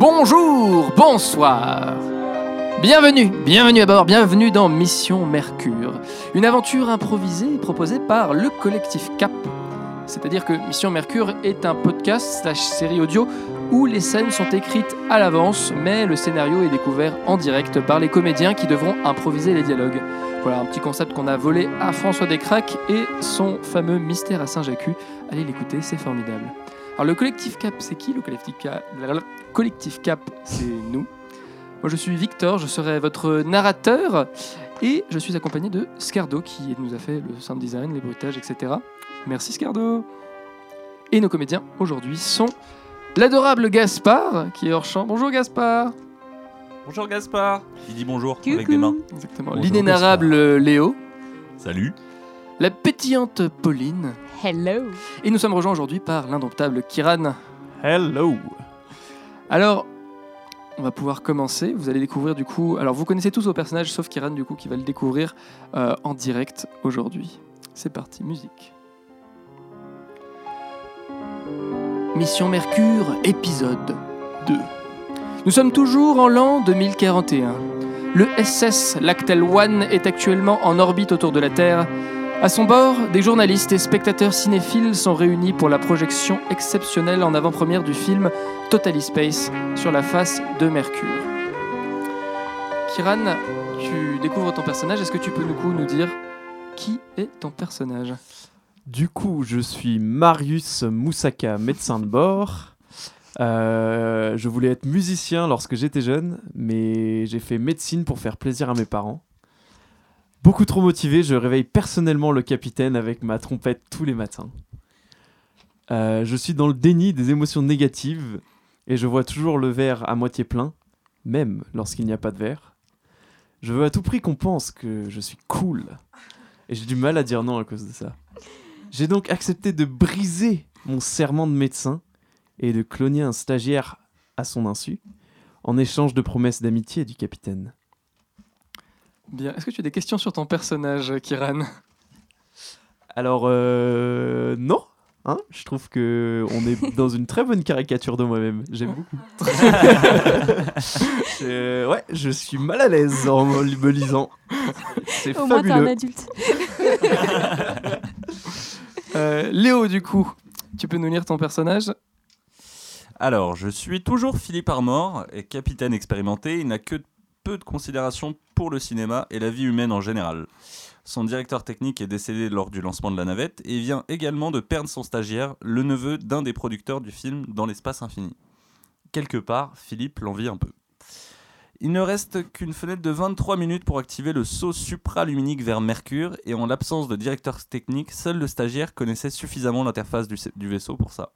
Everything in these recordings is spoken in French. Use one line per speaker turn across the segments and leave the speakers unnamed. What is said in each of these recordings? Bonjour, bonsoir. Bienvenue, bienvenue à bord, bienvenue dans Mission Mercure, une aventure improvisée proposée par le collectif CAP. C'est-à-dire que Mission Mercure est un podcast slash série audio où les scènes sont écrites à l'avance, mais le scénario est découvert en direct par les comédiens qui devront improviser les dialogues. Voilà un petit concept qu'on a volé à François Descraques et son fameux Mystère à Saint-Jacques. Allez l'écouter, c'est formidable. Alors le collectif CAP, c'est qui le collectif CAP Collectif CAP, c'est nous. Moi je suis Victor, je serai votre narrateur et je suis accompagné de Scardo qui nous a fait le sound design, les bruitages, etc. Merci Scardo. Et nos comédiens aujourd'hui sont l'adorable Gaspard qui est hors champ. Bonjour Gaspard.
Bonjour Gaspard Il dit bonjour avec
Coucou.
des mains.
Exactement.
Bonjour,
L'inénarrable euh, Léo,
Salut
la pétillante Pauline
Hello.
et nous sommes rejoints aujourd'hui par l'indomptable Kiran.
Hello
Alors, on va pouvoir commencer. Vous allez découvrir du coup. Alors, vous connaissez tous vos personnages, sauf Kiran du coup, qui va le découvrir euh, en direct aujourd'hui. C'est parti, musique. Mission Mercure, épisode 2. Nous sommes toujours en l'an 2041. Le SS Lactel One est actuellement en orbite autour de la Terre. À son bord, des journalistes et spectateurs cinéphiles sont réunis pour la projection exceptionnelle en avant-première du film Totally Space sur la face de Mercure. Kiran, tu découvres ton personnage. Est-ce que tu peux du coup nous dire qui est ton personnage
Du coup, je suis Marius Moussaka, médecin de bord. Euh, je voulais être musicien lorsque j'étais jeune, mais j'ai fait médecine pour faire plaisir à mes parents. Beaucoup trop motivé, je réveille personnellement le capitaine avec ma trompette tous les matins. Euh, je suis dans le déni des émotions négatives et je vois toujours le verre à moitié plein, même lorsqu'il n'y a pas de verre. Je veux à tout prix qu'on pense que je suis cool et j'ai du mal à dire non à cause de ça. J'ai donc accepté de briser mon serment de médecin et de cloner un stagiaire à son insu, en échange de promesses d'amitié du capitaine.
Bien. Est-ce que tu as des questions sur ton personnage, Kiran
Alors, euh, non hein Je trouve que on est dans une très bonne caricature de moi-même. J'aime beaucoup. Je- ouais, je suis mal à l'aise en me lisant. C'est
Au moins t'es un
fabuleux.
adulte.
Euh, Léo, du coup, tu peux nous lire ton personnage
Alors, je suis toujours Philippe Armor, et capitaine expérimenté. Il n'a que peu de considération pour le cinéma et la vie humaine en général. Son directeur technique est décédé lors du lancement de la navette et vient également de perdre son stagiaire, le neveu d'un des producteurs du film Dans l'espace infini. Quelque part, Philippe l'envie un peu. Il ne reste qu'une fenêtre de 23 minutes pour activer le saut supraluminique vers Mercure et en l'absence de directeur technique, seul le stagiaire connaissait suffisamment l'interface du- du vaisseau pour ça.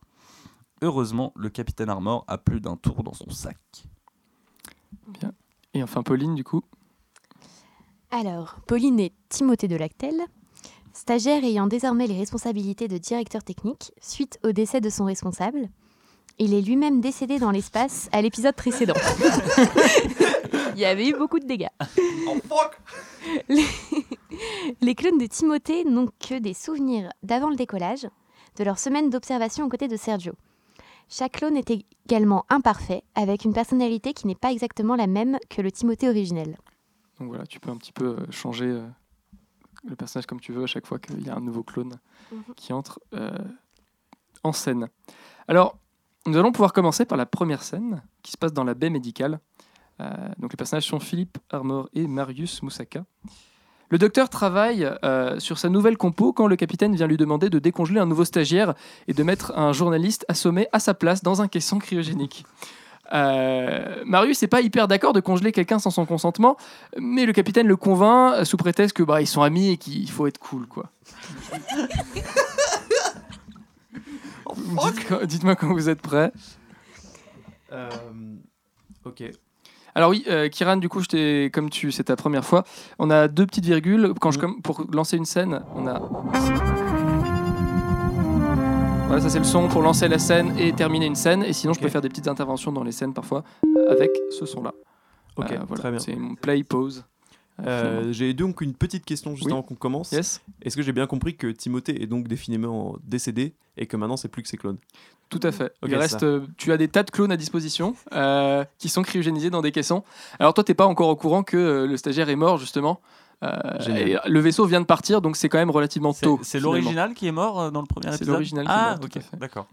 Heureusement, le capitaine Armor a plus d'un tour dans son sac.
Et enfin, Pauline, du coup.
Alors, Pauline est Timothée de Lactel, stagiaire ayant désormais les responsabilités de directeur technique suite au décès de son responsable. Il est lui-même décédé dans l'espace à l'épisode précédent. Il y avait eu beaucoup de dégâts. les... les clones de Timothée n'ont que des souvenirs d'avant le décollage, de leur semaine d'observation aux côtés de Sergio. Chaque clone est également imparfait, avec une personnalité qui n'est pas exactement la même que le Timothée originel.
Donc voilà, tu peux un petit peu euh, changer euh, le personnage comme tu veux à chaque fois qu'il y a un nouveau clone
Mhm.
qui entre euh, en scène. Alors, nous allons pouvoir commencer par la première scène qui se passe dans la baie médicale. Euh, donc les personnages sont Philippe Armor et Marius Moussaka. Le docteur travaille euh, sur sa nouvelle compo quand le capitaine vient lui demander de décongeler un nouveau stagiaire et de mettre un journaliste assommé à sa place dans un caisson cryogénique. Euh, Marius n'est pas hyper d'accord de congeler quelqu'un sans son consentement, mais le capitaine le convainc euh, sous prétexte que bah, ils sont amis et qu'il faut être cool quoi. Vous me dites quand- Dites-moi quand vous êtes prêts.
Euh, ok.
Alors oui, euh, Kiran, du coup, je t'ai- comme tu, c'est ta première fois. On a deux petites virgules. Quand je
Mm.
com- pour lancer une scène, on a. Voilà, ça c'est le son pour lancer la scène et terminer une scène. Et sinon, je peux
Ok.
faire des petites interventions dans les scènes parfois euh, avec ce son-là.
Ok,
Euh, voilà.
très bien.
C'est mon play pause. Euh, finalement.
Euh, j'ai donc une petite question juste
Oui.
avant qu'on commence.
yes.
Est-ce que j'ai bien compris que Timothée est donc définitivement décédé et que maintenant c'est plus que ses clones
Tout à fait. Il
Ok, ça.
reste, euh, tu as des tas de clones à disposition euh, qui sont cryogénisés dans des caissons. Alors toi, t'es pas encore au courant que euh, le stagiaire est mort justement. Euh,
Génial.
et le vaisseau vient de partir, donc c'est quand même relativement
C'est-
tôt.
C'est
finalement.
l'original qui est mort euh, dans le premier
C'est
épisode
l'original qui est
Ah,
mort, tout à fait.
ok, d'accord.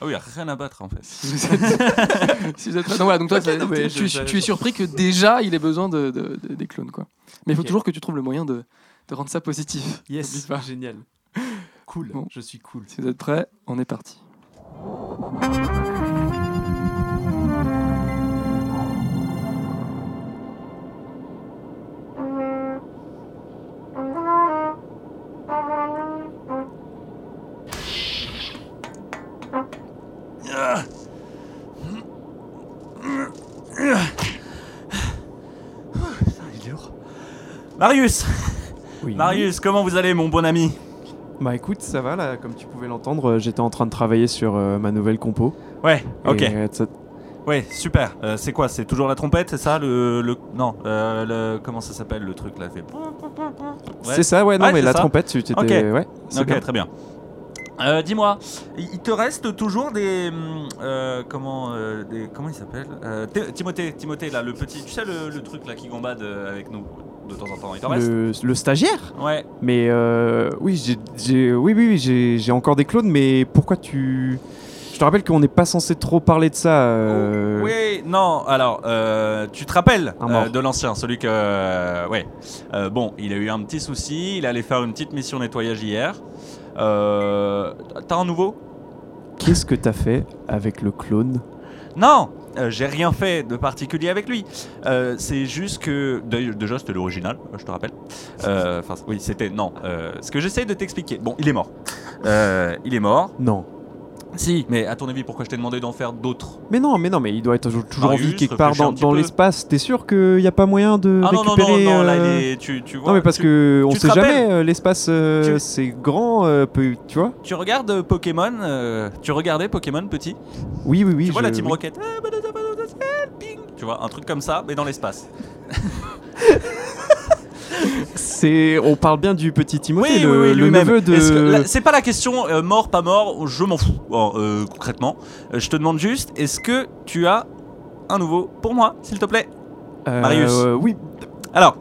Ah oui, y a rien à battre en fait.
Si vous êtes- si vous êtes- Non, voilà, donc toi,
Ok,
t'as-
non, mais
tu-
je-
tu,
je-
tu es surpris que déjà il ait besoin de, de- de- des clones, quoi. Mais il faut
Ok.
toujours que tu trouves le moyen de, de rendre ça positif. N'oublie pas.
génial. Cool,
Bon.
je suis cool.
Si vous êtes prêts, on est parti.
Marius
Oui.
Marius, comment vous allez, mon bon ami
Bah écoute, ça va là, comme tu pouvais l'entendre, euh, j'étais en train de travailler sur euh, ma nouvelle compo.
Ouais, ok.
Et, euh, ça-
Ouais, super. Euh, c'est quoi C'est toujours la trompette, c'est ça le, le- Non, euh, le... comment ça s'appelle le truc là fait...
C'est ça, ouais, non,
Ouais,
mais
c'est
la
ça.
trompette, tu t'étais.
Ok.
Ouais, c'est
Ok,
bien.
très bien. Euh, Dis-moi, il il te reste toujours des hum, euh, comment euh, des, comment il s'appelle Euh, Thé- Timothée Timothée là le petit tu sais le, le truc là qui gambade euh, avec nous de temps en temps il t'en reste
Le, le stagiaire
ouais
Mais euh, oui, j'ai, j'ai- oui, oui, oui, j'ai, j'ai encore des clones, mais pourquoi tu. Je te rappelle qu'on n'est pas censé trop parler de ça. euh,
Oui, non, alors, euh, tu te rappelles
Un mort.
euh, de l'ancien, celui que... ouais. Euh, bon, il a eu un petit souci, il allait faire une petite mission nettoyage hier. Euh, T'as un nouveau
Qu'est-ce que t'as fait avec le clone
Non euh, j'ai rien fait de particulier avec lui. Euh, c'est juste que d'ailleurs, déjà c'était l'original, euh, je te rappelle. Euh, Enfin oui, c'était non. euh, ce que j'essaye de t'expliquer. Bon, il est mort. Euh, il est mort.
Non.
Si. Mais à ton avis, pourquoi je t'ai demandé d'en faire d'autres
Mais non, mais non, mais il doit être toujours, toujours en
Marius,
vie quelque part
réfléchis un
dans,
petit
dans
peu.
l'espace. T'es sûr qu'il n'y a pas moyen de
Ah non non non
récupérer
non là
euh,
il est. Tu, tu vois.
non, mais parce
tu-
que on
tu te
sait
rappelles
jamais. euh, l'espace, euh,
Tu-
c'est grand, euh, peu- tu vois
Tu regardes euh, Pokémon, euh, tu regardais Pokémon petit,
Oui, oui, oui.
tu vois la
je-
Team
oui.
Rocket, Ah, badada, badada, ah, ping. tu vois un truc comme ça, mais dans l'espace.
C'est, on parle bien du petit Timothée, le, le
lui-même.
neveu de.
Est-ce que- là, C'est pas la question euh, mort, pas mort, je m'en fous, Bon, euh, concrètement. Euh, je te demande juste, est-ce que tu as un nouveau pour moi, s'il te plaît
Euh,
Marius.
oui,
Alors,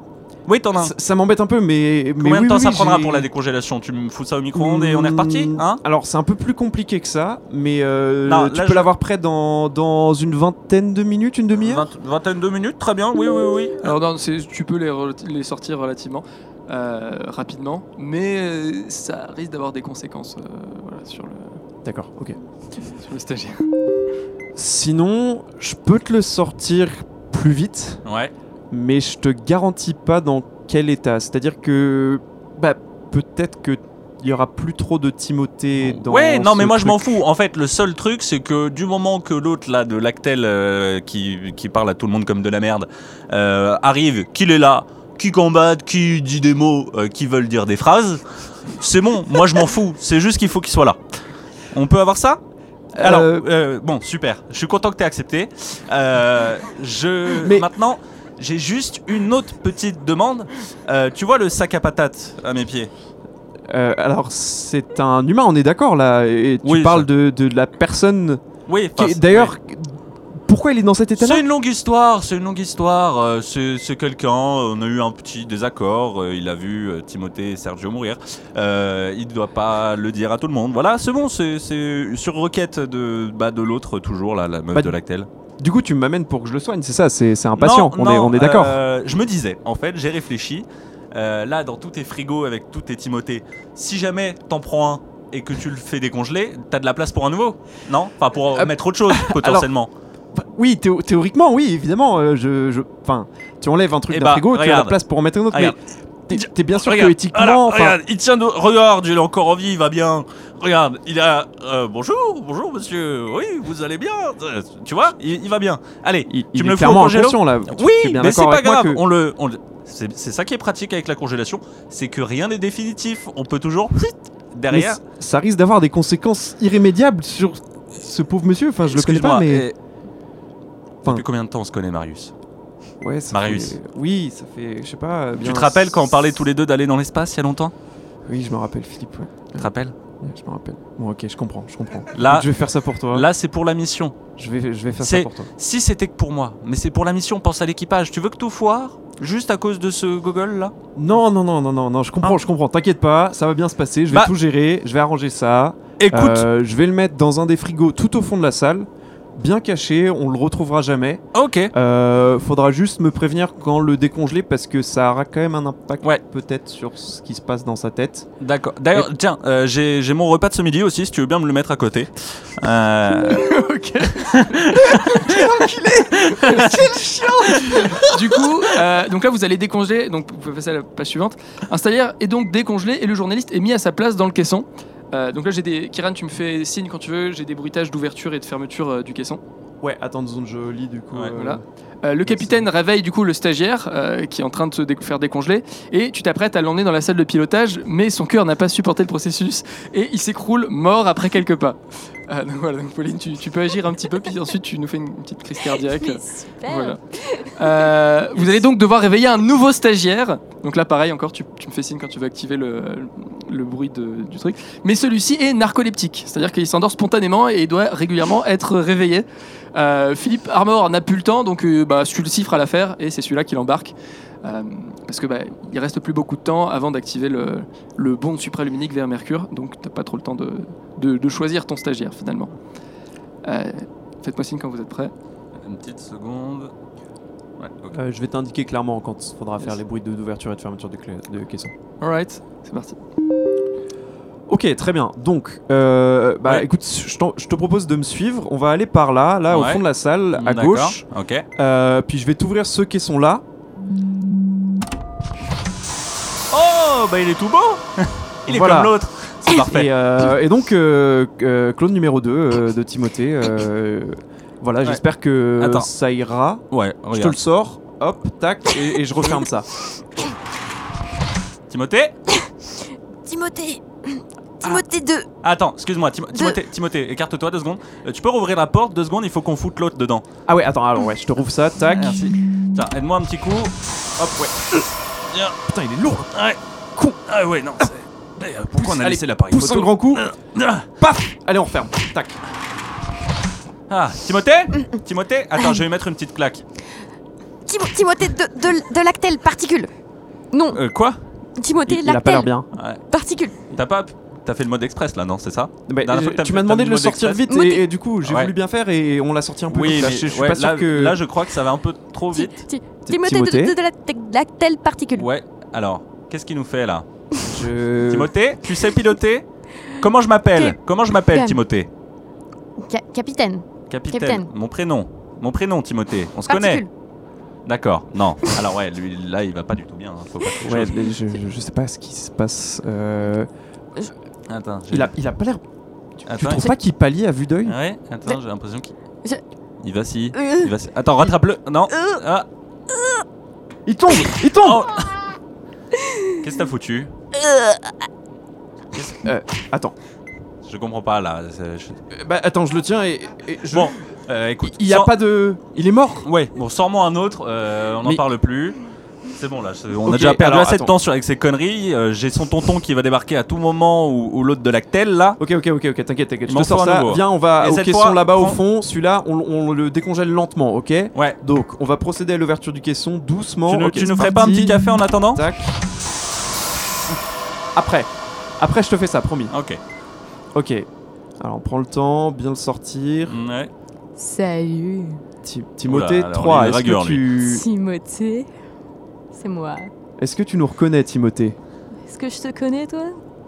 oui, t'en as un.
ça, ça m'embête un peu, mais. mais
Combien
oui,
de temps
oui,
ça
oui,
prendra
j'ai-
pour la décongélation Tu me fous ça au micro-ondes et on est
Mmh,
reparti hein
Alors c'est un peu plus compliqué que ça, mais euh,
Non,
tu
là,
peux
je-
l'avoir prêt dans, dans une vingtaine de minutes, une demi-heure
Vingt- Vingtaine de minutes, très bien, oui, oui, oui.
Alors non, c'est- tu peux les, relati- les sortir relativement euh, rapidement, mais euh, ça risque d'avoir des conséquences euh, voilà, sur, le,
D'accord, ok.
sur le stagiaire.
Sinon, je peux te le sortir plus vite,
Ouais,
mais je te garantis pas dans quel état. C'est-à-dire que bah peut-être que il y aura plus trop de Timothée dans
ouais non,
ce
mais moi je
truc.
m'en fous. En fait, le seul truc, c'est que du moment que l'autre là de l'actel euh, qui, qui parle à tout le monde comme de la merde euh, arrive, qu'il est là, qui combatte, qui dit des mots, euh, qui veulent dire des phrases, c'est bon. moi je m'en fous. C'est juste qu'il faut qu'il soit là. On peut avoir ça Alors,
Euh,
euh, bon, super. Je suis content que t'aies accepté. Euh, je
Mais-
maintenant. J'ai juste une autre petite demande. Euh, tu vois le sac à patates à mes pieds
Euh, alors c'est un humain, on est d'accord là. Et tu
Oui,
parles
ça-
de, de la personne.
Oui.
qui-
enfin, c'est-
D'ailleurs, pourquoi il est dans cet état-là
C'est une longue histoire, c'est une longue histoire. Euh, c'est c'est quelqu'un, on a eu un petit désaccord, euh, il a vu euh, Timothée et Sergio mourir. Euh, il ne doit pas le dire à tout le monde. Voilà, c'est bon, c'est c'est sur requête de, bah, de l'autre, toujours, là, la meuf
Bah,
de l'actel.
Du coup, tu m'amènes pour que je le soigne, c'est ça, c'est c'est un patient, on, est, on est d'accord.
euh, je me disais, en fait, j'ai réfléchi. Euh, là, dans tous tes frigos avec tous tes Timothée, si jamais t'en prends un et que tu le fais décongeler, t'as de la place pour un nouveau Non Enfin, pour
Euh,
mettre autre chose, potentiellement.
Oui, théo- théoriquement, oui, évidemment. euh, je, je- enfin, tu enlèves un truc
Eh
d'un
bah,
frigo, tu as la
regarde.
place pour en mettre un autre.
Ah, Regarde.
Mais t'es- t'es bien sûr
Regarde,
que éthiquement,
voilà,
enfin,
regarde, il tient de... Regarde, il est encore en vie, il va bien. Regarde, il a... euh, bonjour, bonjour monsieur. Oui, vous allez bien. Euh, Tu vois, il, il va bien. Allez,
il, il
me
est
le fous au
clairement
congélo
inconscient là. Tu-
oui,
tu es bien
mais
d'accord
c'est pas
avec moi
grave.
que-
On le, on le- c'est, c'est ça qui est pratique avec la congélation, c'est que rien n'est définitif. On peut toujours...
mais
Derrière...
c- ça risque d'avoir des conséquences irrémédiables sur ce pauvre monsieur. Enfin, je le connais pas,
Excuse-moi,
mais
eh,
Enfin.
Depuis combien de temps on se connaît, Marius
ouais, ça
euh, Marius.
fait- Oui, ça fait, je sais pas. euh,
Tu te rappelles quand on parlait tous les deux d'aller dans l'espace il y a longtemps
Oui, je me rappelle, Philippe. ouais.
Tu te rappelles
Ouais, Je me rappelle. Bon, ok, je comprends, je comprends.
Là,
Euh, je vais faire ça pour toi.
là c'est pour la mission.
je vais, je vais faire
c'est-
ça pour toi.
Si c'était que pour moi, mais c'est pour la mission, pense à l'équipage. Tu veux que tout foire Juste à cause de ce gogol là
Non, non, non, non, non, non, je comprends,
Hein
je comprends. T'inquiète pas, ça va bien se passer. Je vais
Bah-
tout gérer, je vais arranger ça.
Écoute,
Euh, je vais le mettre dans un des frigos tout au fond de la salle, bien caché. On le retrouvera jamais.
ok.
Euh, faudra juste me prévenir quand le décongeler parce que ça aura quand même un impact
Ouais.
peut-être sur ce qui se passe dans sa tête.
D'accord. D'ailleurs, tiens, euh, j'ai j'ai mon repas de ce midi aussi, si tu veux bien me le mettre à côté. Euh,
ok. Du coup, euh, donc là, vous allez décongeler. Donc, vous pouvez passer à la page suivante. Un stagiaire est donc décongelé et le journaliste est mis à sa place dans le caisson. Euh, donc là, j'ai des. Kiran, tu me fais signe quand tu veux. J'ai des bruitages d'ouverture et de fermeture euh, du caisson.
Ouais, attends une seconde, je lis du coup.
Ouais,
voilà. Euh, le capitaine réveille du coup le stagiaire euh, qui est en train de se dé- faire décongeler et tu t'apprêtes à l'emmener dans la salle de pilotage, mais son cœur n'a pas supporté le processus et il s'écroule mort après quelques pas. Euh, donc voilà, donc Pauline, tu, tu peux agir un petit peu, puis ensuite tu nous fais une petite crise cardiaque.
Mais super.
Voilà. Euh, vous allez donc devoir réveiller un nouveau stagiaire. Donc là, pareil, encore, tu, tu me fais signe quand tu veux activer le, le bruit de- du truc. Mais celui-ci est narcoleptique, c'est-à-dire qu'il s'endort spontanément et il doit régulièrement être réveillé. Euh, Philippe Armor n'a plus le temps, donc euh, bah, celui-ci fera l'affaire et c'est celui-là qui l'embarque. Euh, parce que bah, il reste plus beaucoup de temps avant d'activer le, le bond supraluminique vers Mercure, donc t'as pas trop le temps de, de- de choisir ton stagiaire finalement. Euh, Faites-moi signe quand vous êtes prêts.
une petite seconde. Ouais, ok.
Euh, je vais t'indiquer clairement quand il faudra faire
Yes.
les bruits de- d'ouverture et de fermeture de, clé- de caisson.
Alright, c'est parti.
Ok, très bien. Donc, euh, bah,
Ouais.
écoute, je, t'en- je te propose de me suivre. On va aller par là, là, au
Ouais.
fond de la salle, Euh, à
D'accord,
gauche.
Ok.
Euh, puis je vais t'ouvrir ceux qui sont là.
Oh, bah il est tout beau Il est
Voilà.
comme l'autre C'est parfait.
Et, euh, et donc, euh, euh, clone numéro 2 euh, de Timothée. euh, voilà,
Ouais.
j'espère que
Attends.
ça ira.
Ouais,
euh, Je te le
regarde.
sors, hop, tac, et, et je referme ça.
Timothée
Timothée.
Ah.
Timothée 2.
Attends, excuse-moi, Tim-
De-
Timothée, Timothée, écarte-toi deux secondes. Euh, tu peux rouvrir la porte deux secondes, il faut qu'on foute l'autre dedans.
Ah ouais, attends, alors ouais, je te rouvre ça, tac.
Merci. Tiens, aide-moi un petit coup. Hop, ouais.
Putain, il est lourd.
Ouais. Con. Ah ouais, non. c'est- Eh, euh, Pourquoi on a
Allez,
laissé l'appareil
Pousse
photo
un grand coup,
Ah.
paf Allez, on referme, tac.
Ah, Timothée Timothée Attends, je vais lui mettre une petite claque.
Timo- Timothée de, de, de Lactel, particule. Non,
Euh, quoi
Timothée
il a pas l'air
Lactel,
bien.
Ouais.
particule.
T'as pas. T'as fait le mode express là, non C'est ça
Bah,
Dernière
je-
fois que t'as-
tu m'as
t'as
demandé
mis
de le
mode
sortir
express.
vite et,
Oui, mais-
et du coup j'ai
Ouais.
voulu bien faire et on l'a sorti un peu. donc là,
mais-
je, je suis
ouais,
pas sûr
là,
que.
là, je crois que ça va un peu trop
Ti-
vite.
ti- Timothée de, de, de Lactel- Lactel, particule.
Ouais, alors, qu'est-ce qu'il nous fait là
Je-
Timothée, tu sais piloter Comment je m'appelle Comment je m'appelle
Capitaine.
Timothée
Ca- capitaine,
Capitaine.
Capitaine.
Mon prénom. Mon prénom Timothée. On se connaît
particule.
D'accord. Non. Alors ouais, lui là il va pas du tout bien. hein. Faut pas quelque
Ouais,
chose.
mais je, je- je sais pas ce qui se passe. euh,
Attends, j'ai-
il, a, il a pas l'air. Tu
Attends. Hein
trouves pas qu'il pallie à vue d'œil
Ouais, attends, j'ai l'impression qu'il
Je-
Il va si.
Euh,
Il va si. Attends, rattrape-le. Non.
euh,
Ah.
Il tombe Il tombe
Oh. Qu'est-ce que t'as foutu
euh.
Attends.
Je comprends pas là. C'est- je-
Euh, Bah attends, je le tiens et. et je...
Bon, euh, écoute.
Il y a
sans-
pas de. Il est mort
Ouais, bon, sors-moi un autre, euh, on n'en
Mais-
parle plus. C'est bon là, c'est- on
Ok,
a déjà perdu
alors,
assez de
attends.
temps sur, avec ces conneries. euh, J'ai son tonton qui va débarquer à tout moment ou, ou l'autre de l'actel là.
Ok, ok, ok, ok, t'inquiète,
Il
t'inquiète. Je
m'en
te sors
faut un
ça.
nouveau.
Viens, on va
Et
au
cette
caisson
fois,
là-bas au
prends-
fond. Celui-là, on, on le décongèle lentement, ok
Ouais. Oh,
Donc, on va procéder à l'ouverture du caisson doucement.
tu ne-
Ok,
tu nous
c'est
ferais pas un
parti.
petit café en attendant
Tac. Après. Après, je te fais ça, promis.
Ok.
Ok. Alors, on prend le temps, bien le sortir.
Ouais.
Salut,
Ti- Timothée,
alors,
3.
il est
Est-ce
dragueur,
que, tu...
Timothée. C'est moi.
Est-ce que tu nous reconnais, Timothée
Est-ce que je te connais, toi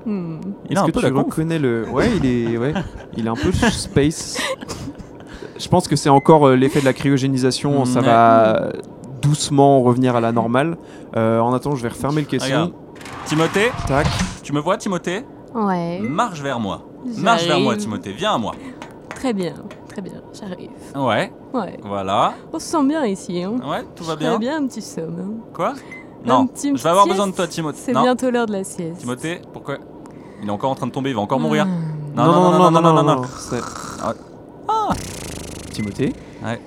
Hmm.
Il
Est-ce
a un
que
peu
tu
d'accord.
reconnais le. Ouais, il est. Ouais. Il est un peu space. Je pense que c'est encore euh, l'effet de la cryogénisation. Ça
Mm, Ouais.
va euh, doucement revenir à la normale. Euh, en attendant, je vais refermer le caisson.
Regarde. Timothée,
Tac.
tu me vois Timothée
Ouais.
Marche vers moi. Marche vers moi
j'arrive.
Timothée, viens à moi.
Très bien, très bien, j'arrive.
Ouais,
Ouais.
voilà.
On se sent bien ici, hein
Ouais, tout va
Très
bien.
bien un petit somme. hein.
Quoi
Un
Non,
petit-
je vais avoir
sieste.
besoin de toi Timothée.
C'est
Non,
bientôt l'heure de la sieste.
Timothée, pourquoi Il est encore en train de tomber, il va encore mourir.
Ah.
Ah. Non, non, non, non, non, non, non, non.
C'est-
Ah.
Timothée
Ouais.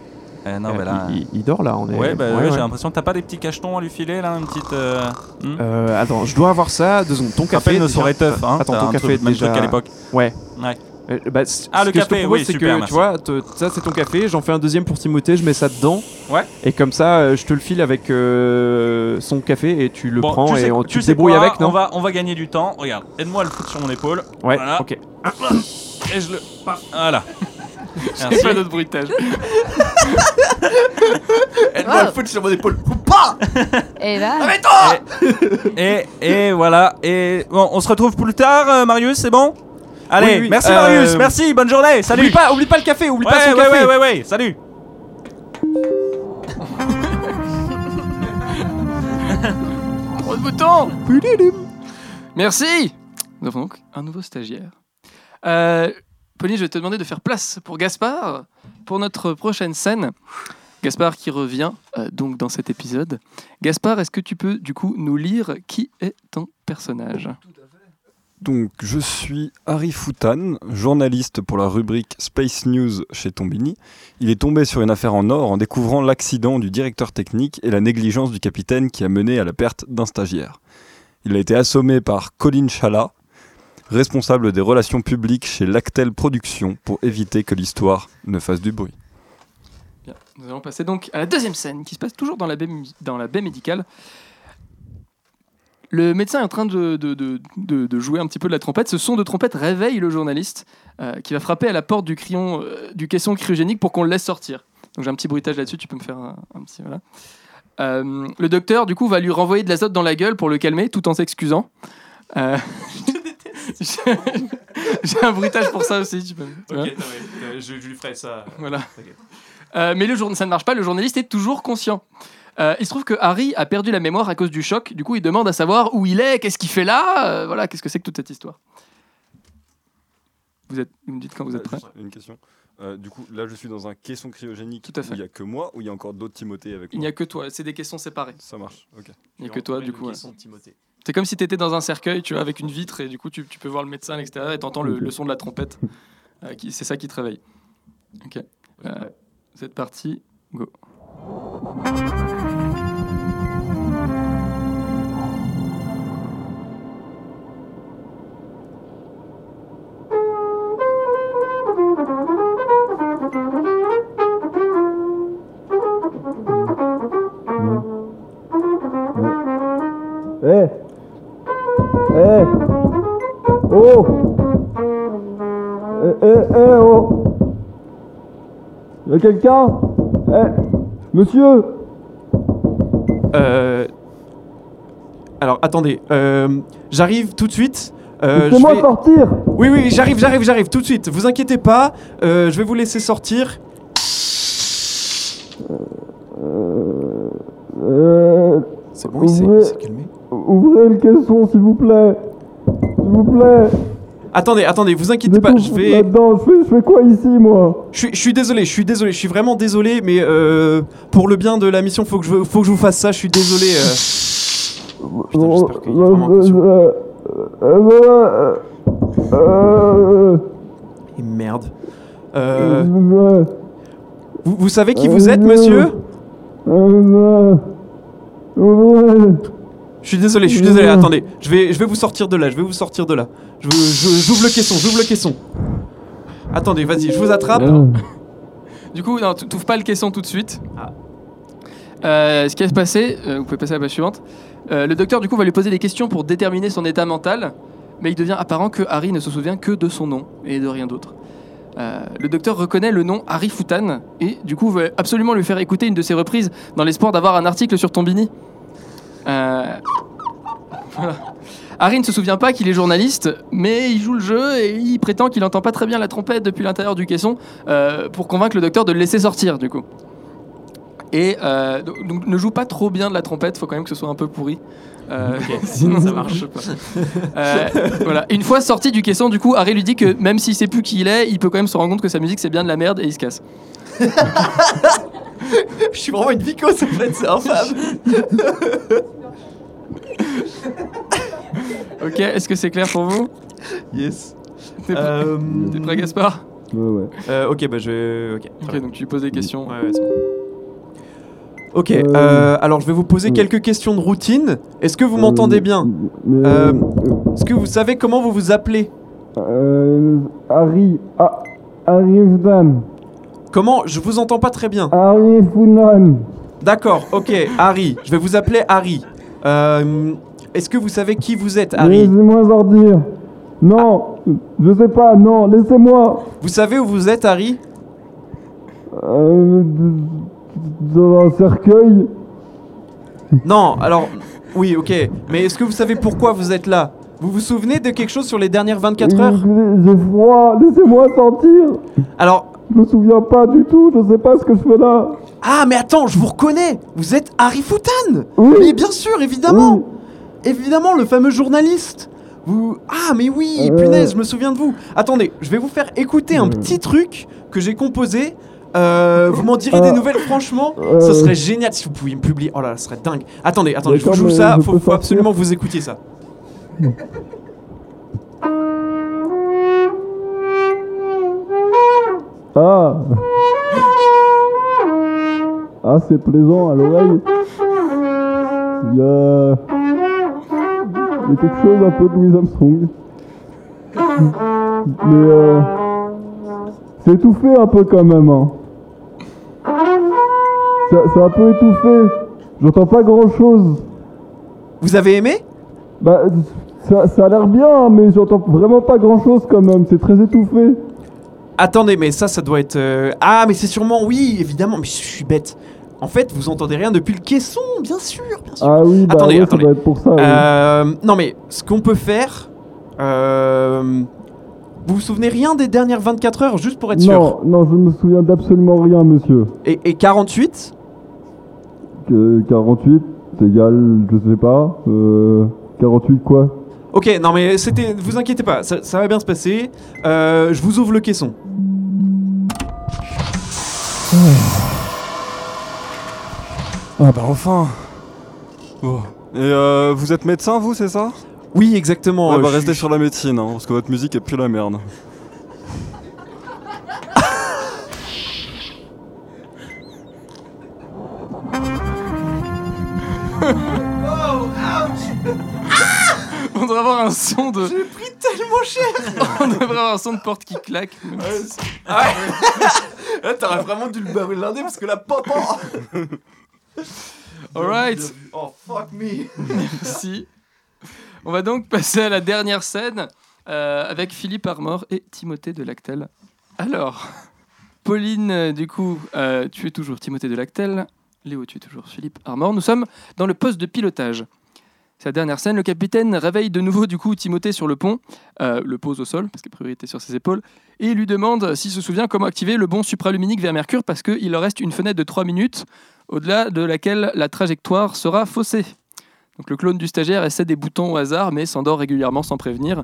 Eh, non,
Euh,
mais là.
il, il- il dort là, on est.
Ouais, bah, ouais,
ouais.
j'ai l'impression que t'as pas des petits cachetons à lui filer là, une petite. euh, hmm
Euh, attends, je dois avoir ça. Deux secondes. Ton café.
Rappel ne
déjà.
serait teuf, hein.
Attends,
t'as
ton
un
café
truc-
est
même
déjà-
truc à l'époque.
Ouais.
Ouais.
Euh, bah, c-
Ah,
ce
le
que
café,
je te propose,
oui,
c'est
super,
que
merci.
tu vois, te- ça c'est ton café, j'en fais un deuxième pour Timothée, je mets ça dedans.
Ouais.
Et comme ça, euh, je te le file avec euh, son café et tu le
Bon,
prends
tu sais,
et on-
tu
tu te
sais
débrouilles
quoi,
avec, non
on va, on va gagner du temps. Regarde, aide-moi à le foutre sur mon épaule.
Ouais.
Voilà.
Ok.
Et je le. Ah, Voilà.
Il
Merci.
pas d'autre bruitage.
Aide-moi à le
foutre sur mon épaule. Pas
Et là,
Et, et voilà. Et bon, on se retrouve plus tard, euh, Marius, c'est bon Allez,
Oui, oui,
merci
euh,
Marius, merci, bonne journée, salut
Oublie pas, oublie pas le café, oublie
Ouais,
pas son
ouais,
café.
ouais, ouais, ouais, salut
Trop de boutons Merci Nous avons donc un nouveau stagiaire. Euh, Pauline, je vais te demander de faire place pour Gaspard pour notre prochaine scène. Gaspard qui revient euh, donc dans cet épisode. Gaspard, est-ce que tu peux du coup nous lire qui est ton personnage
Donc, je suis Harry Foutan, journaliste pour la rubrique Space News chez Tombini. Il est tombé sur une affaire en or en découvrant l'accident du directeur technique et la négligence du capitaine qui a mené à la perte d'un stagiaire. Il a été assommé par Colin Chala, responsable des relations publiques chez Lactel Productions, pour éviter que l'histoire ne fasse du bruit.
Bien. Nous allons passer donc à la deuxième scène qui se passe toujours dans la baie, mu- dans la baie médicale. Le médecin est en train de, de- de- de- de jouer un petit peu de la trompette. Ce son de trompette réveille le journaliste euh, qui va frapper à la porte du, crion, euh, du caisson cryogénique pour qu'on le laisse sortir. Donc j'ai un petit bruitage là-dessus, tu peux me faire un, un petit. Voilà. Euh, le docteur, du coup, va lui renvoyer de l'azote dans la gueule pour le calmer tout en s'excusant. Euh, j'ai un bruitage pour ça aussi, tu peux. me-
Hein
euh, je, lui ferai ça.
voilà.
T'inquiète.
Euh, mais le jour, ça ne marche pas, le journaliste est toujours conscient. Euh, il se trouve que Harry a perdu la mémoire à cause du choc, du coup il demande à savoir où il est, qu'est-ce qu'il fait là, euh, voilà, qu'est-ce que c'est que toute cette histoire. Vous, êtes, vous me dites quand vous êtes prêts.
Une question. Euh, du coup, là, je suis dans un caisson cryogénique.
Tout à fait. où il
n'y a que moi ou il y a encore d'autres Timothée avec
Il n'y a que toi, c'est des questions séparées.
Ça marche. Ok.
Il n'y a que toi, du coup. ouais. C'est comme si tu étais dans un cercueil, tu vois, avec une vitre, et du coup tu, tu peux voir le médecin à l'extérieur et t'entends le, le son de la trompette. Euh, qui- c'est ça qui te réveille. Ok. Euh, vous êtes parti, go.
Eh Eh Oh Eh, eh, eh, oh Y'a quelqu'un Eh Monsieur
Euh... Alors attendez, euh, j'arrive tout de suite. euh, je
Laissez-moi
vais-
sortir
Oui, oui, oui, j'arrive, j'arrive, j'arrive tout de suite. Vous inquiétez pas, euh, je vais vous laisser sortir.
Euh,
C'est bon, il s'est
Ouais.
il s'est calmé.
Ouvrez le caisson, s'il vous plaît S'il vous plaît
Attendez, attendez, vous
Vous
inquiétez
êtes
pas,
où,
je vais.
Là-dedans, je fais, je fais quoi ici, moi
Je suis, je suis désolé, je suis désolé, je suis vraiment désolé, mais euh, pour le bien de la mission, faut que je, faut que je vous fasse ça, je suis désolé. euh. putain, j'espère qu'il y a
Euh,
vraiment un cauchemar.
euh, euh, euh, euh,
Et merde. Euh,
euh,
vous, vous savez qui vous êtes, monsieur
euh, euh, ouais.
Je suis désolé, je suis désolé, attendez, je vais, je vais vous sortir de là, je vais vous sortir de là. Je vous- je- J'ouvre le caisson, j'ouvre le caisson. Attendez, vas-y, je vous attrape.
Du coup, non, t- t'ouvres pas le caisson tout de suite.
Ah.
Euh, ce qui va se passer, euh, vous pouvez passer à la page suivante. Euh, le docteur, du coup, va lui poser des questions pour déterminer son état mental, mais il devient apparent que Harry ne se souvient que de son nom et de rien d'autre. Euh, le docteur reconnaît le nom Harry Foutan et, du coup, veut absolument lui faire écouter une de ses reprises dans l'espoir d'avoir un article sur Tombini. Euh, voilà. Harry ne se souvient pas qu'il est journaliste, mais il joue le jeu et il prétend qu'il n'entend pas très bien la trompette depuis l'intérieur du caisson, euh, pour convaincre le docteur de le laisser sortir du coup. Et euh, donc, donc, ne joue pas trop bien de la trompette, faut quand même que ce soit un peu pourri. Euh, sinon ça marche pas. Euh, voilà. Une fois sorti du caisson, du coup, Harry lui dit que même s'il sait plus qui il est, il peut quand même se rendre compte que sa musique c'est bien de la merde et il se casse.
Je suis vraiment une vicose en fait, c'est infâme.
Ok, est-ce que c'est clair pour vous
Yes.
T'es pr-
Euh,
t'es prêt, Gaspard
Ouais, ouais.
Euh, ok, bah je. Ok. très
Ok,
bien.
donc tu lui poses des questions.
Ouais, ouais, c'est bon. Ok,
Euh,
euh, alors je vais vous poser
oui. Euh,
quelques questions de routine. Est-ce que vous m'entendez bien
mais,
Euh,
euh,
Est-ce que vous savez comment vous vous appelez
euh, Harry. Ah, Harry Foutan.
Comment Je vous entends pas très bien.
Harry Foutan.
D'accord, ok, Harry. Je vais vous appeler Harry. Euh, Est-ce que vous savez qui vous êtes, Harry
Laissez-moi sortir. Non, je sais pas, non, laissez-moi.
Vous savez où vous êtes, Harry
Euh, dans un cercueil.
Non, alors, oui, ok. Mais est-ce que vous savez pourquoi vous êtes là Vous vous souvenez de quelque chose sur les dernières 24 heures
J'ai- J'ai froid, laissez-moi sortir.
Alors,
Je me souviens pas du tout, je sais pas ce que je fais là.
ah, mais attends, je vous reconnais Vous êtes Harry Foutan
Oui.
Mais bien sûr, évidemment Évidemment, le fameux journaliste vous... Ah, mais oui,
Euh. Hmm.
punaise, je me souviens de vous Attendez, je vais vous faire écouter un petit truc que j'ai composé. Euh, vous m'en direz des
Euh.
nouvelles, franchement
Euh.
Ce serait génial si vous pouviez me publier. Oh là là, ce serait dingue. Attendez, attendez, je vous
D'accord,
joue
mais euh,
ça,
je
faut,
peux
faut
sortir
absolument que vous écoutiez ça.
Ah Ah, c'est plaisant à l'oreille. Il y a... Il y a quelque chose un peu de Louis Armstrong. Mais euh... C'est étouffé un peu quand même. hein. C'est c'est un peu étouffé. J'entends pas grand chose.
Vous avez aimé
Bah, ça, ça a l'air bien, hein, mais j'entends vraiment pas grand chose quand même. C'est très étouffé.
Attendez, mais ça, ça doit être... euh, Ah, mais c'est sûrement... Oui, évidemment, mais je suis bête. En fait, vous entendez rien depuis le caisson, bien sûr, bien sûr.
Ah oui, bah
Attendez,
ouais, ça
attendez.
doit être pour ça. Ah oui.
Euh, non mais ce qu'on peut faire, euh, vous vous souvenez rien des dernières 24 heures juste pour être sûr
Non, non, je me souviens d'absolument rien, monsieur.
et, et 48
Que 48, c'est égal, je sais pas. Euh, 48 quoi
Ok, non mais c'était, vous inquiétez pas, ça, ça va bien se passer. Euh, je vous ouvre le caisson.
Ah bah enfin Oh. Et euh, vous êtes médecin, vous, c'est ça
Oui, exactement.
Oh,
On
euh,
va
je-
rester sur la médecine, hein, parce que votre musique est plus la merde.
On devrait avoir un son de.
J'ai pris tellement cher.
On devrait avoir un son de porte qui claque.
Là, Ah t'aurais vraiment dû le blinder parce que la papa.
Alright,
Oh fuck me.
merci. On va donc passer à la dernière scène euh, avec Philippe Armor et Timothée de Lactel. Alors, Pauline, euh, du coup, euh, tu es toujours Timothée de Lactel. Léo, tu es toujours Philippe Armor. Nous sommes dans le poste de pilotage. C'est la dernière scène. Le capitaine réveille de nouveau, du coup, Timothée sur le pont, euh, le pose au sol, parce qu'a priori il était sur ses épaules, et il lui demande euh, s'il se souvient comment activer le bon supraluminique vers Mercure, parce qu'il leur reste une fenêtre de 3 minutes au-delà de laquelle la trajectoire sera faussée. Donc le clone du stagiaire essaie des boutons au hasard, mais s'endort régulièrement sans prévenir.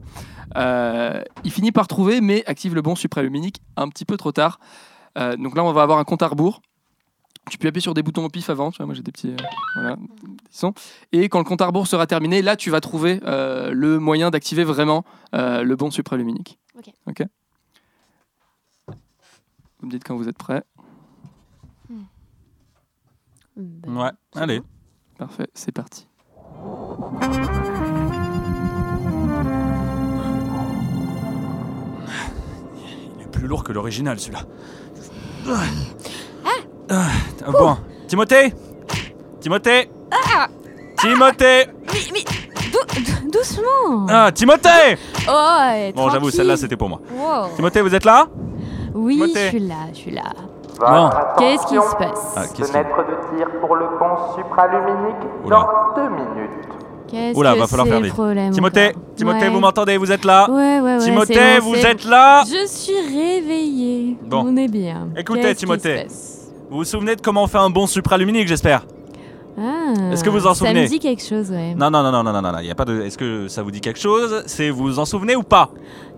Euh, il finit par trouver, mais active le bon supraluminique un petit peu trop tard. Euh, donc là, on va avoir un compte à rebours. Tu peux appuyer sur des boutons au pif avant, tu vois, moi j'ai des petits, euh, voilà, petits sons. Et quand le compte à rebours sera terminé, là tu vas trouver euh, le moyen d'activer vraiment euh, le bon supraluminique.
Ok.
Vous me dites quand vous êtes prêt.
ben,
Ouais, allez.
Parfait, c'est parti.
Il est plus lourd que l'original, celui-là. Ah, ah, bon, Timothée Timothée
Ah.
Timothée
Mais, mais dou- dou- doucement
Ah, Timothée
Oh, eh,
Hmm. Bon, j'avoue,
tranquille.
celle-là, c'était pour moi.
Wow.
Timothée, vous êtes là
Oui,
Timothée.
je suis là, je suis là.
Non.
Qu'est-ce qui se passe
Ah, qu'est-ce qu'il y a
Fenêtre de tir pour le pont supraluminique
Oula.
dans deux minutes.
Qu'est-ce
Oula,
que
va falloir
c'est
faire
le
vite.
problème
Timothée,
encore
Timothée,
Ouais.
vous m'entendez Vous êtes là
Ouais, ouais, ouais. c'est
Timothée,
bon,
vous
c'est bon.
êtes là
Je suis réveillée.
Bon.
On est bien.
Écoutez,
Qu'est-ce qui
Timothée.
se passe
Vous vous souvenez de comment on fait un bon supraluminique, j'espère
Ah,
Est-ce que vous en
Ça
souvenez
me dit quelque chose, ouais.
Non, non, non, non, non, non, non, non, y a pas de. Est-ce que ça vous dit quelque chose C'est vous vous en souvenez ou pas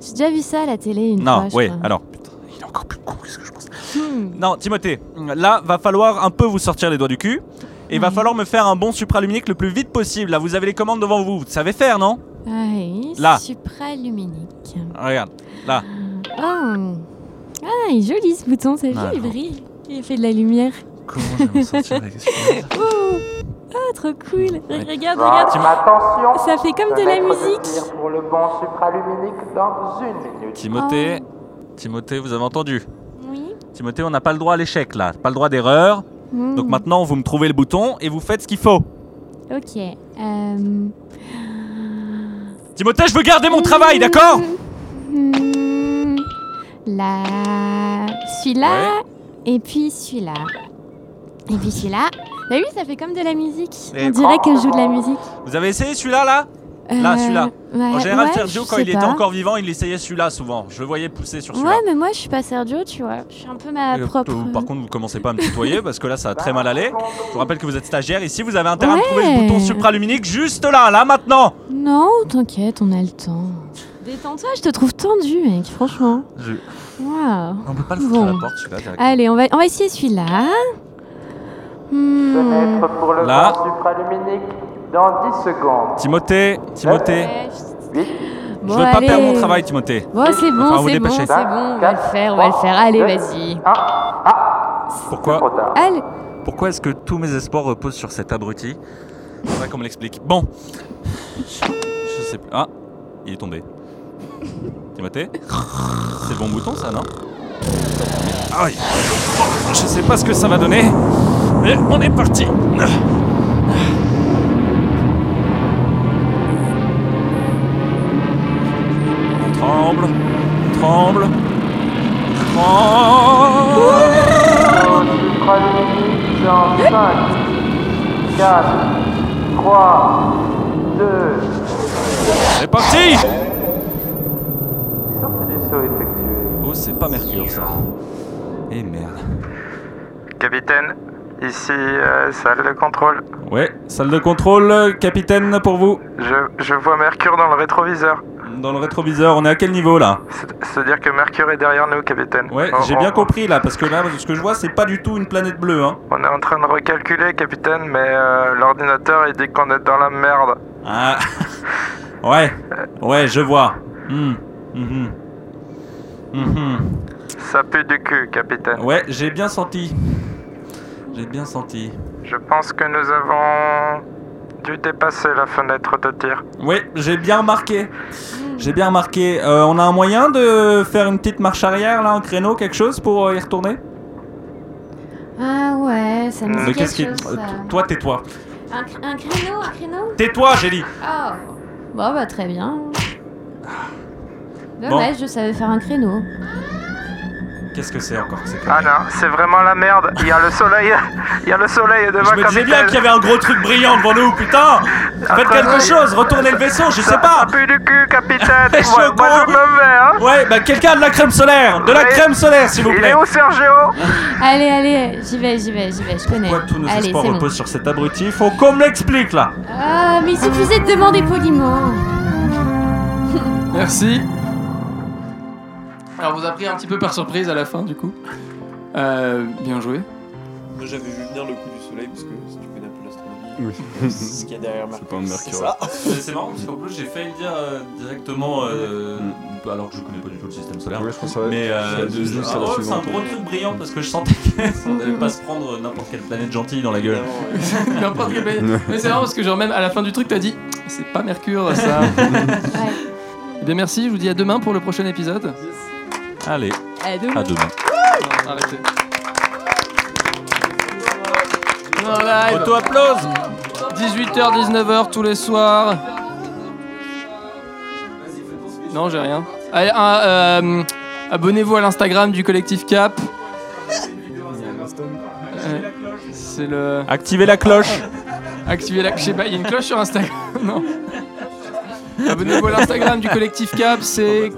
J'ai déjà vu ça à la télé une hein. fois.
Non,
je
oui,
crois.
alors. Putain, il est encore plus con que ce que je pensais.
Hmm.
Non, Timothée, là, va falloir un peu vous sortir les doigts du cul. Et va
Ouais.
falloir me faire un bon supraluminique le plus vite possible. Là, vous avez les commandes devant vous. Vous savez faire, non
Ah oui,
Là.
supraluminique.
Regarde.
Oh. Ah, il est joli ce bouton, ça vu,
Ah,
il
non.
brille. Il fait de la lumière.
Comment je vais me sortir avec ça
Ouh Ah, trop cool. Re-
Ouais.
Regarde, regarde.
Attention
Ça fait comme de la
le maître
musique.
tire pour le banc supraluminique dans une minute.
Timothée, Timothée, vous avez entendu
Oui.
Timothée, on n'a pas le droit à l'échec là, pas le droit d'erreur.
Hmm.
Donc maintenant, vous me trouvez le bouton et vous faites ce qu'il faut.
Ok. euh,
Timothée, je veux garder mon travail, d'accord
Hmm. Là, celui-là, et puis celui-là. Et puis celui-là. Bah oui, ça fait comme de la musique.
Et- oh.
On dirait que je joue de la musique.
Vous avez essayé celui-là là Là, celui-là.
Euh, ouais,
En général,
ouais,
Sergio,
je
quand
sais
il était
pas.
encore vivant, il essayait celui-là souvent. Je le voyais pousser sur celui-là.
Ouais, mais moi, je suis pas Sergio, tu vois. Je suis un peu ma
Et, euh,
propre.
vous- Par contre, vous commencez pas à me tutoyer parce que là, ça a très mal allé. Je vous rappelle que vous êtes stagiaire ici, vous avez intérêt à me trouver le
Ouais.
bouton supraluminique juste là, là maintenant.
Non, t'inquiète, on a le temps. Détends-toi, je te trouve tendu, mec, franchement.
Je-
Waouh.
On peut pas le
Bon.
foutre à la porte celui-là. direct.
Allez, on va, on va essayer celui-là. Hmm.
Fenêtre pour le
Là.
banc supraluminique dans 10 secondes.
Timothée, Timothée,
Ouais,
Oui.
je
je veux pas perdre mon
allez.
travail, Timothée.
Bon, c'est
Enfin,
bon,
vous
c'est bon,
dépêchez.
c'est bon, on va le faire, on va le faire. Allez, vas-y.
Pourquoi
Trop tard.
Allez.
Pourquoi est-ce que tous mes espoirs reposent sur cet abruti C'est vrai qu'on me l'explique. Bon. Je sais plus. Ah, il est tombé. Timothée C'est le bon bouton ça, non Aïe Je sais pas ce que ça va donner, mais on est parti On tremble, on tremble, on tremble
Supraluminique dans
Eh
5, 4, 3, 2,
C'est parti
sortie du saut effectué.
Oh, c'est pas Mercure ça. Eh merde.
Capitaine, ici euh, salle de contrôle.
Ouais, salle de contrôle, euh, capitaine pour vous.
Je, je vois Mercure dans le rétroviseur.
Dans le rétroviseur, on est à quel niveau là
C'est- C'est-à-dire que Mercure est derrière nous, capitaine.
Ouais,
On-
j'ai
on-
bien compris là, parce que là, ce que je vois, c'est pas du tout une planète bleue. Hein.
On est en train de recalculer, capitaine, mais euh, l'ordinateur il dit qu'on est dans la merde.
Ah. ouais, ouais, je vois. Hmm, mhm. Mhm.
Ça pue du cul, capitaine.
Ouais, j'ai bien senti. J'ai bien senti.
Je pense que nous avons dû dépasser la fenêtre de tir.
Ouais, j'ai bien remarqué. J'ai bien remarqué. Euh, on a un moyen de faire une petite marche arrière là, un créneau, quelque chose pour euh, y retourner
Ah ouais, ça me
Mais
dit
qu'est-ce
quelque
qui-
chose, ça.
Euh, Toi, tais-toi.
Un, cr- un créneau, un créneau
Tais-toi, j'ai dit.
Oh Bon, bah très bien.
Ah.
Dommage, je savais faire un créneau.
Qu'est-ce que c'est encore que c'est
Ah non, c'est vraiment la merde. Il y a le soleil, il y a le soleil devant,
Je me disais
capitaine.
bien qu'il y avait un gros truc brillant devant nous, putain Faites quelque chose, retournez le vaisseau, je sais
Ça
pas
pue du cul, capitaine.
Je suis
moi,
au
moi, je
courant.
me vais, hein.
Ouais, bah quelqu'un a de la crème solaire De la
Ouais.
crème solaire, s'il vous
Il
plaît
est où, Sergio
Allez, allez, j'y vais, j'y vais, j'y vais, je connais.
Pourquoi tous nos
allez,
espoirs
c'est bon.
reposent sur cet abruti Faut qu'on me l'explique, là
Ah, mais il suffisait de demander poliment.
Merci. Alors, vous a pris un petit peu par surprise à la fin, du coup. Euh, bien joué.
Moi j'avais vu venir le coup du soleil parce que si tu connais un peu l'astronomie,
Oui.
c'est ce qu'il y a derrière
C'est pas un
Mercure.
Mercure.
ça.
C'est marrant, parce qu'en plus, j'ai failli dire euh, directement... euh, Alors que je connais pas du tout le système solaire.
Ouais, je pense que ça va être-
Mais euh,
c'est juste
ah,
à la
oh, Mm. c'est un
suivante.
gros truc brillant parce que je sentais qu'on allait pas se prendre n'importe quelle planète gentille dans la gueule.
Évidemment, ouais.
N'importe quel pays. Mais c'est marrant parce que, genre, même à la fin du truc, t'as dit c'est pas Mercure, ça.
Ouais.
Eh bien, merci, je vous dis à demain pour le prochain épisode.
Allez,
À demain.
à demain.
Non, arrêtez. Non, live.
Auto-applause
18h, 19h tous les soirs. Non, j'ai rien. Allez, un, euh, abonnez-vous à l'Instagram du collectif Cap. Euh, C'est le.
Activez la cloche
Activez la. Je sais pas, il y a une cloche sur Instagram, non Abonnez-vous à l'Instagram du collectif Cap, c'est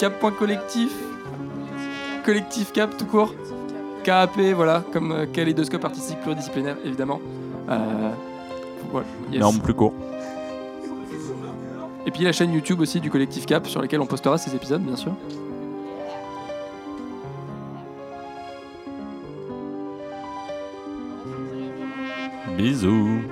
cap.collectif. Collectif Cap, tout court. KAP, voilà, comme euh, kaléidoscope artistique pluridisciplinaire, évidemment. Euh, voilà, yes.
Norme plus court.
Et puis la chaîne YouTube aussi du collectif Cap, sur laquelle on postera ces épisodes, bien sûr.
Bisous